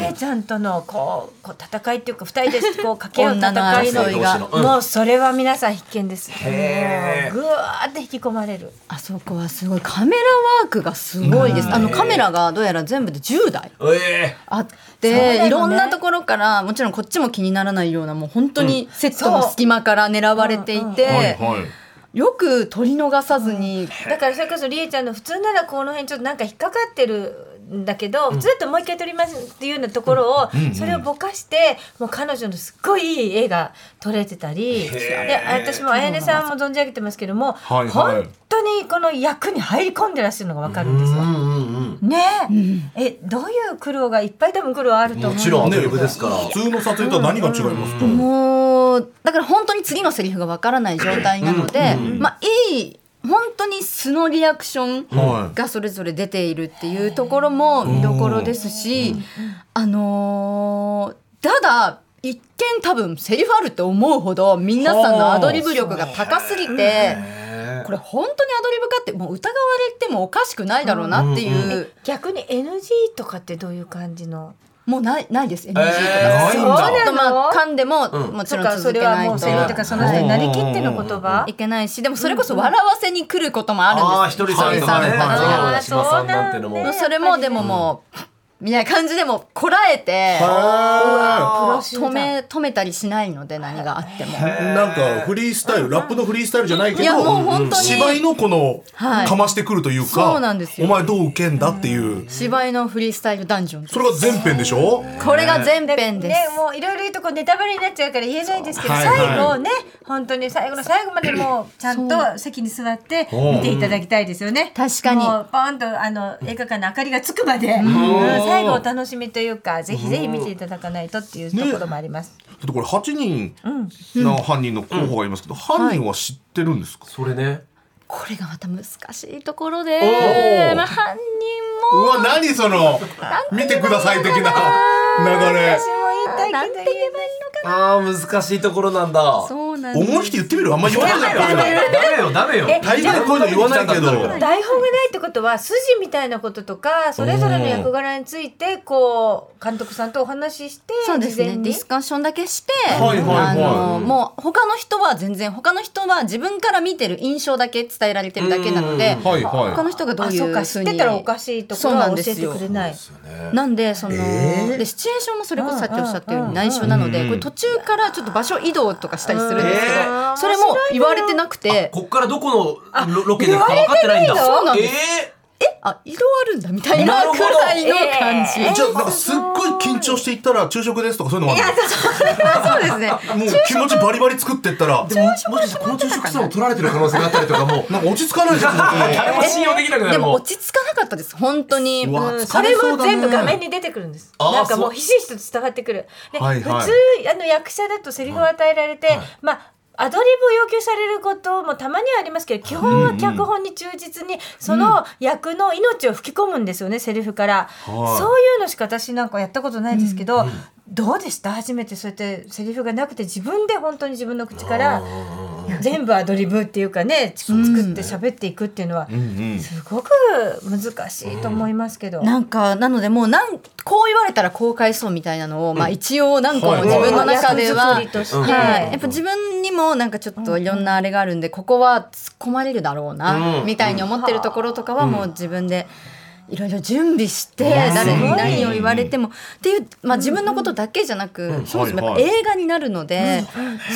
[SPEAKER 4] 姉ちゃんとのこうこう戦いっていうか二人でこう掛け合う戦いの
[SPEAKER 1] 女の争いが
[SPEAKER 3] うん
[SPEAKER 4] もうそれは皆さん必見です。
[SPEAKER 3] へー
[SPEAKER 4] ぐわーって引き込まれる。
[SPEAKER 1] あそこはすごいカメラワークがすごいですあのカメラがどうやら全部で10台
[SPEAKER 3] え
[SPEAKER 1] あっ
[SPEAKER 4] そうだよ
[SPEAKER 1] て、
[SPEAKER 4] ね
[SPEAKER 1] いろんなところからもちろんこっちも気にならないようなもう本当にセットの隙間から狙われてい
[SPEAKER 2] はい
[SPEAKER 1] て
[SPEAKER 2] はい
[SPEAKER 1] よく取り逃さずに
[SPEAKER 4] だからそれこそりえちゃんの普通ならこの辺ちょっとなんか引っかかってるんだけど、普通だともう一回撮りますっていうようなところを、それをぼかしてもう彼女のすっごいいい絵が撮れてたりで私も綾音さんも存じ上げてますけども、
[SPEAKER 2] はいはい
[SPEAKER 4] 本当にこの役に入り込んでらっしゃるのがわかるんですよ。
[SPEAKER 3] うんうん
[SPEAKER 4] ねえ,、えどういう苦労がいっぱい多分苦労あると思う
[SPEAKER 3] もちろんア
[SPEAKER 4] で
[SPEAKER 3] ド
[SPEAKER 4] す
[SPEAKER 3] リブですから、
[SPEAKER 2] 普通の撮影とは何が違いますか、
[SPEAKER 1] もうだから本当に次のセリフがわからない状態なので、まあいい本当に素のリアクショ
[SPEAKER 2] は
[SPEAKER 1] ンがそれぞれ出ているっていうところも見どころですし、あのーただ一見多分セリフあるって思うほど皆さんのアドリブ力が高すぎて。これ本当にアドリブかってもう疑われてもおかしくないだろうなっていう、
[SPEAKER 4] 逆に NG とかってどういう感じの
[SPEAKER 1] もうないないです NG とか、
[SPEAKER 3] ないんだ
[SPEAKER 1] ちょっとまあ噛んでも、
[SPEAKER 3] うん
[SPEAKER 1] もち
[SPEAKER 4] と
[SPEAKER 1] ろん
[SPEAKER 4] か
[SPEAKER 1] 続
[SPEAKER 4] そ
[SPEAKER 1] け
[SPEAKER 4] れ
[SPEAKER 1] な
[SPEAKER 4] はいも
[SPEAKER 1] と
[SPEAKER 4] うセリフとかその人になりきっての言葉
[SPEAKER 1] いけないしでもそれこそ笑わせに来ることもあるんです、
[SPEAKER 3] ああーひとりさんとかね
[SPEAKER 1] ひとりさんとか
[SPEAKER 4] はい
[SPEAKER 3] 八島さんなんてのも
[SPEAKER 4] そうなんです
[SPEAKER 1] それもでももう、みたいな感じでもこらえて
[SPEAKER 2] は
[SPEAKER 4] プロ集
[SPEAKER 1] 止
[SPEAKER 4] 団
[SPEAKER 1] め止めたりしないので何があっても
[SPEAKER 2] いなんかフリースタイルラップのフリースタイルじゃないけど
[SPEAKER 1] いやもう本当に
[SPEAKER 2] 芝居のこの、
[SPEAKER 1] はい
[SPEAKER 2] かましてくるというか
[SPEAKER 1] そうなんですよ
[SPEAKER 2] お前どう受けんだっていう、
[SPEAKER 1] 芝居のフリースタイルダンジョン
[SPEAKER 2] それが全編でしょ、
[SPEAKER 1] これが全編です、
[SPEAKER 4] ね、もういろいろ言うとこうネタバレになっちゃうから言えないんですけど、
[SPEAKER 2] はいはい
[SPEAKER 4] 最後ね、本当に最後の最後までもうちゃんと席に座って見ていただきたいですよね。
[SPEAKER 1] 確かに
[SPEAKER 4] もうポンとあの映画館の明かりがつくまで、うん最後お楽しみというか、ぜひぜひ見ていただかないとっていうところもあります。
[SPEAKER 2] ちょっとこれ8人の犯人の候補がいますけど、犯人は知ってるんですか、
[SPEAKER 3] それね
[SPEAKER 1] これがまた難しいところ
[SPEAKER 3] お、
[SPEAKER 1] で
[SPEAKER 3] ー
[SPEAKER 1] まあ、犯人
[SPEAKER 2] う
[SPEAKER 1] も
[SPEAKER 2] わ何その見てください的な流れ
[SPEAKER 4] 言いた
[SPEAKER 1] ないん
[SPEAKER 4] け
[SPEAKER 1] て
[SPEAKER 4] ど
[SPEAKER 1] 言
[SPEAKER 4] 言え
[SPEAKER 1] えばいいのか
[SPEAKER 3] あー難しいところなんだ
[SPEAKER 1] なそうなんです
[SPEAKER 2] 思い切って言ってみるあんま言わないから
[SPEAKER 3] ダメよダメよ
[SPEAKER 4] え
[SPEAKER 2] 大事なこういうの言わないけど
[SPEAKER 4] ない台本がないってことは筋みたいなこととかそれぞれの役柄についてこう監督さんとお話しして
[SPEAKER 1] そうです
[SPEAKER 4] 事前
[SPEAKER 1] ね
[SPEAKER 4] に
[SPEAKER 1] ディスカッションだけして、
[SPEAKER 3] はいはいはい
[SPEAKER 1] あのもう他の人は全然他の人は自分から見てる印象だけ伝えられてるだけなので、
[SPEAKER 3] うん
[SPEAKER 2] はいはい
[SPEAKER 1] 他の人がどう
[SPEAKER 4] あ
[SPEAKER 1] いう
[SPEAKER 4] そうか
[SPEAKER 1] ふ
[SPEAKER 4] 知
[SPEAKER 1] う
[SPEAKER 4] っ
[SPEAKER 1] に
[SPEAKER 4] てたらおかしいところは教えてくれない
[SPEAKER 1] なんでその、
[SPEAKER 3] えー
[SPEAKER 1] でシチュエーションもそれこそさっきおっしゃったよう
[SPEAKER 4] うんうん
[SPEAKER 1] に内緒なので、これ途中からちょっと場所移動とかしたりするんですけど、
[SPEAKER 3] うんえ
[SPEAKER 4] ー
[SPEAKER 1] それも言われてなくて
[SPEAKER 3] こっからどこのロロケで行くか分かってないんだ
[SPEAKER 1] 言われてないのそうなん
[SPEAKER 3] え
[SPEAKER 1] ですあ移動あるんだみたいな
[SPEAKER 3] なるほ
[SPEAKER 1] く
[SPEAKER 3] ど
[SPEAKER 1] らいの感じ。
[SPEAKER 2] じゃあなんかすっごい緊張していったら昼食ですとかそういうのもある
[SPEAKER 1] *laughs* そうですね。
[SPEAKER 2] のもう気持ちバリバリ作ってったら
[SPEAKER 3] ー、でももしかしてこの昼食さんを取られてる可能性があったりとかも
[SPEAKER 2] なんか落ち着かないじゃん
[SPEAKER 3] *laughs* 誰も信用できなくな
[SPEAKER 1] で
[SPEAKER 3] る
[SPEAKER 1] も
[SPEAKER 3] もう
[SPEAKER 1] 落ち着かなかったです本当に。
[SPEAKER 2] うわ
[SPEAKER 1] うん
[SPEAKER 4] そ
[SPEAKER 2] 疲
[SPEAKER 4] れ
[SPEAKER 2] れそ
[SPEAKER 4] も
[SPEAKER 2] うだ
[SPEAKER 4] 全部画面
[SPEAKER 2] ね
[SPEAKER 4] に出てくるんです。
[SPEAKER 3] あー
[SPEAKER 4] なんかも
[SPEAKER 3] そう
[SPEAKER 4] うひしひしと伝わってくる。で、
[SPEAKER 2] はいはい
[SPEAKER 4] 普通あの役者だとセリフを与えられて、まあアドリブを要求されることもたまにはありますけど基本は脚本に忠実にその役の命を吹き込むんですよねセリフから、
[SPEAKER 2] はい
[SPEAKER 4] そういうのしか私なんかやったことないですけど、どうでした初めてそうやってセリフがなくて自分で本当に自分の口から全部アドリブっていうかね作って喋っていくっていうのはすごく難しいと思いますけど。
[SPEAKER 1] なんかなのでもうなんこう言われたらこう返そうみたいなのを、まあ一応何個も自分の中では、
[SPEAKER 4] はいはい役作りとして
[SPEAKER 1] はい、やっぱ自分にもなんかちょっといろんなあれがあるんでここは突っ込まれるだろうな、
[SPEAKER 3] うん
[SPEAKER 1] みたいに思ってるところとかはもう自分で。いろいろ準備して誰に何を言われてもっていう、まあ、自分のことだけじゃなくそもそもやっぱ
[SPEAKER 2] はいは
[SPEAKER 1] 映画になるので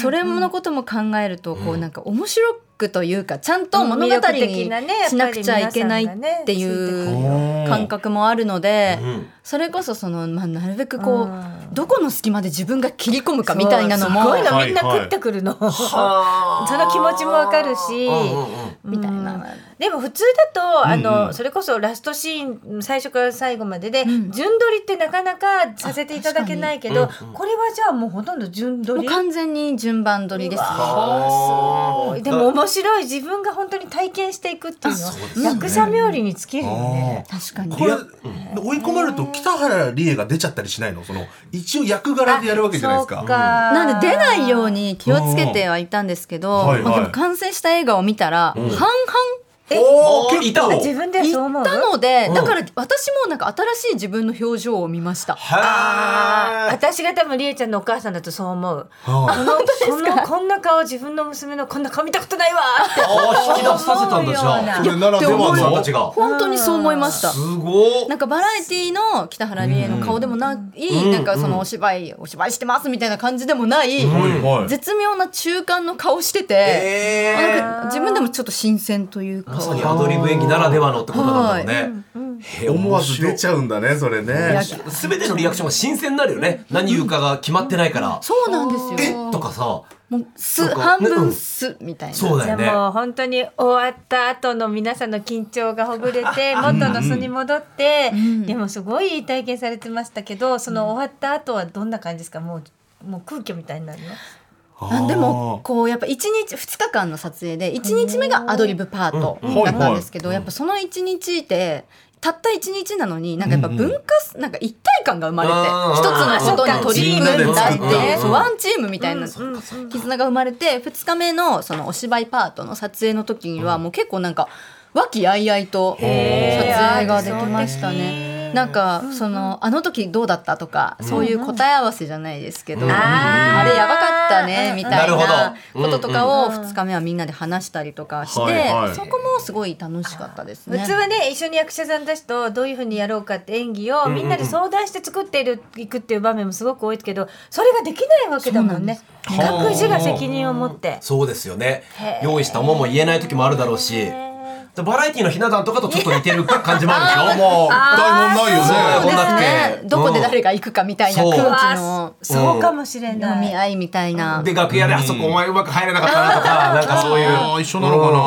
[SPEAKER 1] それのことも考えるとこうなんか面白くというかちゃんと物語
[SPEAKER 4] 魅力
[SPEAKER 1] に
[SPEAKER 4] 的なねやっぱり
[SPEAKER 1] しなくちゃいけないっ
[SPEAKER 4] 皆さ
[SPEAKER 1] てい
[SPEAKER 4] んがねついて
[SPEAKER 1] う
[SPEAKER 4] くる
[SPEAKER 1] 感覚もあるので、
[SPEAKER 3] ん
[SPEAKER 1] それこそその、まあ、なるべくこう、
[SPEAKER 4] うん
[SPEAKER 1] どこの隙間で自分が切り込むかみたいなのも
[SPEAKER 4] そうすごいの
[SPEAKER 2] はい
[SPEAKER 4] みんな食ってくるの、 *laughs* その気持ちもわかるし、
[SPEAKER 1] みたいな、
[SPEAKER 4] でも普通だとあの、それこそラストシーン最初から最後までで、順撮りってなかなかさせていただけないけど、これはじゃあもうほとんど順撮
[SPEAKER 1] もう
[SPEAKER 4] り
[SPEAKER 1] 完全に順番取りですね。
[SPEAKER 3] あー
[SPEAKER 4] でも面白い自分が本当に体験していくっていうのは役者冥利に尽きるよね。
[SPEAKER 1] 確かに
[SPEAKER 2] これ、追い込まれると北原理恵が出ちゃったりしないのその一応役柄でやるわけじゃないですか
[SPEAKER 4] そうか
[SPEAKER 1] なんで出ないように気をつけてはいたんですけど、
[SPEAKER 2] うんはいはい
[SPEAKER 1] まあ、でも完成した映画を見たら、半々
[SPEAKER 3] おお結
[SPEAKER 4] あ
[SPEAKER 3] 構
[SPEAKER 4] 自分ではそう
[SPEAKER 1] い
[SPEAKER 4] 思う
[SPEAKER 1] ったので、
[SPEAKER 3] ん
[SPEAKER 1] だから私もなんか新しい自分の表情を見ました。
[SPEAKER 4] あ
[SPEAKER 3] は
[SPEAKER 4] 私が多分りえちゃんのお母さんだとそう思う。
[SPEAKER 2] はい
[SPEAKER 4] このこのこんな顔自分の娘のこんな顔見たことないわーって。
[SPEAKER 3] あ引き出させたんだじゃあ
[SPEAKER 2] それならでは
[SPEAKER 3] お
[SPEAKER 2] の
[SPEAKER 3] 前たちが
[SPEAKER 1] 本当にそう思いました。
[SPEAKER 3] すごっ
[SPEAKER 1] なんかバラエティの北原理恵の顔でもない、なんかそのお芝居、お芝居してますみたいな感じでもない、
[SPEAKER 2] はいはい
[SPEAKER 1] 絶妙な中間の顔してて、
[SPEAKER 3] えー
[SPEAKER 1] なんか自分でもちょっと新鮮というか
[SPEAKER 3] ま。さにアドリブ演技ならではのってことなんだろうねへー
[SPEAKER 2] 思わず出ちゃうんだねそれね
[SPEAKER 3] すべてのリアクションが新鮮になるよね。何言うかが決まってないから。
[SPEAKER 1] そうなんです
[SPEAKER 3] え
[SPEAKER 1] よ。
[SPEAKER 3] とかさ、
[SPEAKER 1] もう
[SPEAKER 3] そ
[SPEAKER 1] す
[SPEAKER 3] うか
[SPEAKER 1] 半分すみたいな。
[SPEAKER 3] そうだ
[SPEAKER 4] じゃ
[SPEAKER 3] よ
[SPEAKER 4] あ
[SPEAKER 3] ね。
[SPEAKER 4] もう本当に終わった後の皆さんの緊張がほぐれて元の素に戻って、でもすごいいい体験されてましたけどその終わった後はどんな感じですかもうもう空虚みたいになるの
[SPEAKER 1] あでもこうやっぱ一日2日間の撮影で1日目がアドリブパートだったんですけどやっぱその1日ってたった1日なのになんかやっぱ文化なんか一体感が生まれて
[SPEAKER 3] うん
[SPEAKER 1] 一つのことに取り組んだって
[SPEAKER 3] うんチームで作
[SPEAKER 1] い
[SPEAKER 3] っ
[SPEAKER 1] う
[SPEAKER 3] た
[SPEAKER 1] そうワンチームみたいな絆が生まれて2日目のそのお芝居パートの撮影の時にはもう結構なんか和気あいあいと撮影ができましたね。なんかそのあの時どうだったとかそういう答え合わせじゃないですけどあれやばかったねみたいな
[SPEAKER 3] なるほど
[SPEAKER 1] こととかを2日目はみんなで話したりとかして、
[SPEAKER 2] はいはい
[SPEAKER 1] そこもすごい楽しかったですね。
[SPEAKER 4] 普通はね一緒に役者さんたちとどういうふうにやろうかって演技をみんなで相談して作っているいくっていう場面もすごく多いけどそれができないわけだもんね
[SPEAKER 3] うなん
[SPEAKER 4] 各
[SPEAKER 3] です
[SPEAKER 4] 自が責任を持って。
[SPEAKER 3] そうですよね。用意したもんも言えない時もあるだろうし。バラエティのひな壇とかとちょっと似てる感じも
[SPEAKER 2] *laughs*
[SPEAKER 3] あるでしょ。
[SPEAKER 2] もう台本ないよ
[SPEAKER 3] あ
[SPEAKER 2] ね
[SPEAKER 3] ーこ
[SPEAKER 1] そうで
[SPEAKER 3] ん
[SPEAKER 1] す
[SPEAKER 3] なって
[SPEAKER 1] ね。どこで誰が行くかみたいな
[SPEAKER 3] うん
[SPEAKER 1] 空気の
[SPEAKER 4] そうかもしれ
[SPEAKER 1] 読
[SPEAKER 4] な
[SPEAKER 1] み
[SPEAKER 4] い。
[SPEAKER 1] 合いみたいな。
[SPEAKER 3] で楽屋であそこお前うまく入れなかったなとかなんかそういう。
[SPEAKER 2] あー一緒なのかな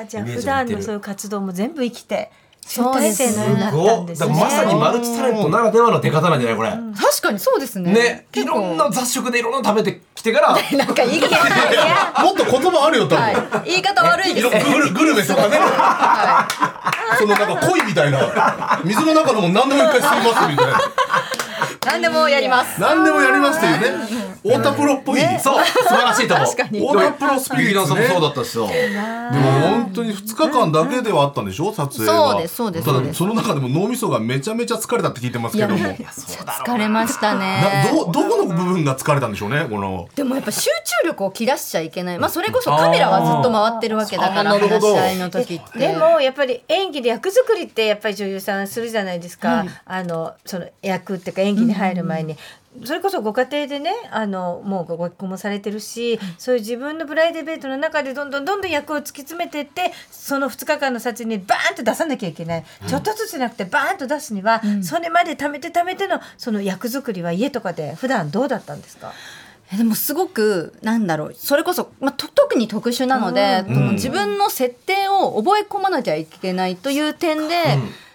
[SPEAKER 4] あじゃあ
[SPEAKER 3] イメー
[SPEAKER 4] 普
[SPEAKER 3] ジが似
[SPEAKER 4] 段
[SPEAKER 3] てる
[SPEAKER 4] のそういう活動も全部生きて集大成のようになったんです
[SPEAKER 3] だ
[SPEAKER 4] ね。
[SPEAKER 3] からまさにマルチタレントならではの出方なんじゃないこれ。
[SPEAKER 1] 確かにそうですね
[SPEAKER 3] ね、いろんな雑食でいろんなの食べてきてから、
[SPEAKER 1] なんか言い方悪いや、
[SPEAKER 2] もっと言葉あるよ多分、
[SPEAKER 1] はい、言い方悪いで
[SPEAKER 2] いろ
[SPEAKER 1] すね
[SPEAKER 2] グルグルメとかね
[SPEAKER 1] は
[SPEAKER 2] そのなんか恋みたいな水の中のもん何でも一回吸いますみたいない
[SPEAKER 1] 何でもやります
[SPEAKER 2] 何でもやりますっていうね太田プロっぽい、
[SPEAKER 3] そう、素晴らしいと思う。
[SPEAKER 1] 確かに
[SPEAKER 2] 太田プロスピ
[SPEAKER 3] ゆき
[SPEAKER 2] リッ
[SPEAKER 3] の
[SPEAKER 2] ツ
[SPEAKER 3] さんも
[SPEAKER 2] ね
[SPEAKER 3] そうだったしさ。
[SPEAKER 2] でも本当に2日間だけではあったんでしょ撮影は
[SPEAKER 1] そうですそうです
[SPEAKER 2] た
[SPEAKER 1] そうで
[SPEAKER 2] だ
[SPEAKER 1] す
[SPEAKER 2] その中でも脳みそがめちゃめちゃ疲れたって聞いてます
[SPEAKER 1] い
[SPEAKER 2] け
[SPEAKER 1] や
[SPEAKER 2] ど
[SPEAKER 1] め
[SPEAKER 2] も
[SPEAKER 1] っちゃ疲れました
[SPEAKER 2] な
[SPEAKER 1] ね
[SPEAKER 2] どどこの部分が疲れたんでしょうねこの
[SPEAKER 1] でもやっぱ集中力を切らしちゃいけないまあそれこそカメラはずっと回ってるわけだから話し合いの時って
[SPEAKER 4] でもやっぱり演技で役作りってやっぱり女優さんするじゃないですか、あのその役っていうか演技に入る前に、それこそご家庭でねあのもうご結婚もされてるし、そういう自分のプライベートの中でどんどんどんどん役を突き詰めてってその2日間の撮影にバーンと出さなきゃいけない、ちょっとずつじゃなくてバーンと出すには、それまで貯めて貯めてのその役作りは家とかで普段どうだったんですか
[SPEAKER 1] えでもすごくなんだろうそれこそ、まあ、と特に特殊なので、その自分の設定を覚え込まなきゃいけないという点で、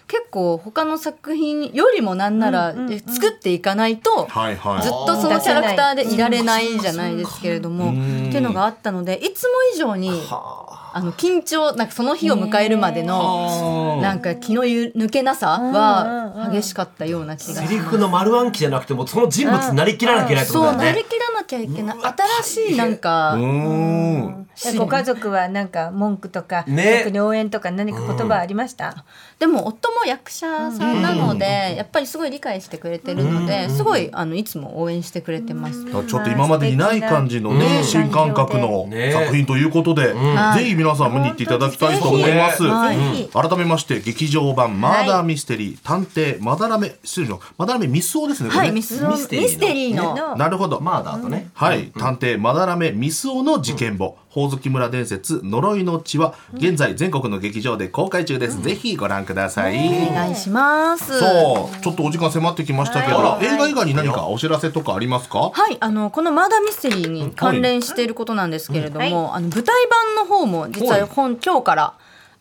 [SPEAKER 1] 結構他の作品よりもなんなら、え作っていかないと、
[SPEAKER 2] はいはい
[SPEAKER 1] ずっとそのキャラクターでいられないじゃないですけれども、っていうのがあったのでいつも以上にあの緊張なんかその日を迎えるまでのなんか気の抜けなさは激しかったような気がし
[SPEAKER 3] セ
[SPEAKER 1] ます
[SPEAKER 3] リ。フの丸暗記じゃなくてもうその人物になりきらなきゃいけないってこと
[SPEAKER 1] そう
[SPEAKER 3] だ
[SPEAKER 1] な
[SPEAKER 3] よね
[SPEAKER 1] り。きらなきゃいけない新しいなんか、
[SPEAKER 2] うーん
[SPEAKER 4] ご家族はなんか文句とか、
[SPEAKER 3] ね
[SPEAKER 4] 特に応援とか何か言葉ありました、
[SPEAKER 1] でも夫も役者さんなので、やっぱりすごい理解してくれてるので、すごいあのいつも応援してくれてます。
[SPEAKER 2] だからちょっと今までにない感じのね、
[SPEAKER 3] うん
[SPEAKER 2] 新感覚の
[SPEAKER 3] ね
[SPEAKER 2] 作品ということで、
[SPEAKER 1] はい
[SPEAKER 2] ぜひ皆さん見に行っていただきたいと思います。
[SPEAKER 1] ぜひはい
[SPEAKER 2] うん改めまして、劇場版マーダーミステリー、探偵、まだらめ、失礼しましたまだらめミスオですね、こ
[SPEAKER 1] は
[SPEAKER 2] れ
[SPEAKER 1] い、
[SPEAKER 2] ね
[SPEAKER 1] ミスの
[SPEAKER 3] ミ
[SPEAKER 1] ミ
[SPEAKER 3] ス
[SPEAKER 1] ス
[SPEAKER 3] テリーの
[SPEAKER 1] テリーの
[SPEAKER 4] ね
[SPEAKER 2] なるほど。
[SPEAKER 3] マーダーとね。
[SPEAKER 2] はい、探偵まだらめミスオの事件簿、宝月村伝説呪いの血は現在全国の劇場で公開中です。ぜひご覧ください。
[SPEAKER 1] お願いします。
[SPEAKER 2] そう、ちょっとお時間迫ってきましたけど、
[SPEAKER 3] はい
[SPEAKER 2] 映画以外に何かお知らせとかありますか？
[SPEAKER 1] はい、あのこのマーダーミステリーに関連していることなんですけれども、
[SPEAKER 4] はい
[SPEAKER 1] あの舞台版の方も実
[SPEAKER 3] はい
[SPEAKER 1] は本今日から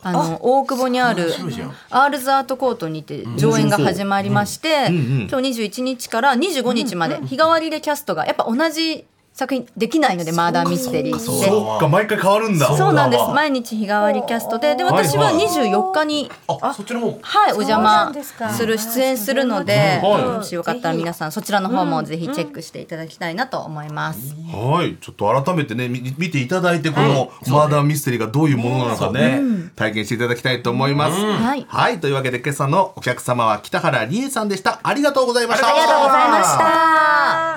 [SPEAKER 1] あの大久保にある
[SPEAKER 3] 白いじゃん
[SPEAKER 1] アールズアートコートにて上演が始まりまして、
[SPEAKER 2] んうん
[SPEAKER 1] 今日21日から25日まで日替わりでキャストがやっぱ同じ作品できないのでマーダーミステリー
[SPEAKER 3] そう
[SPEAKER 1] で。
[SPEAKER 3] か
[SPEAKER 2] が毎回変わるんだ
[SPEAKER 1] そうなんです
[SPEAKER 3] そうだわ
[SPEAKER 1] 毎日日替わりキャストでで私は24日に
[SPEAKER 3] あ、そっちの方。
[SPEAKER 1] はい、お邪
[SPEAKER 4] なん
[SPEAKER 1] 魔
[SPEAKER 4] ですか
[SPEAKER 1] する出演するので、
[SPEAKER 2] うんはい
[SPEAKER 1] もしよかったら皆さんそちらの方もぜひチェックしていただきたいなと思います。
[SPEAKER 2] はい、ちょっと改めてね、み見ていただいて、このマーダーミステリーがどういうものなのかね、体験していただきたいと思います。
[SPEAKER 1] はい
[SPEAKER 2] はい、というわけで今朝のお客様は北原理恵さんでした。ありがとうございました。
[SPEAKER 1] ありがとうございました。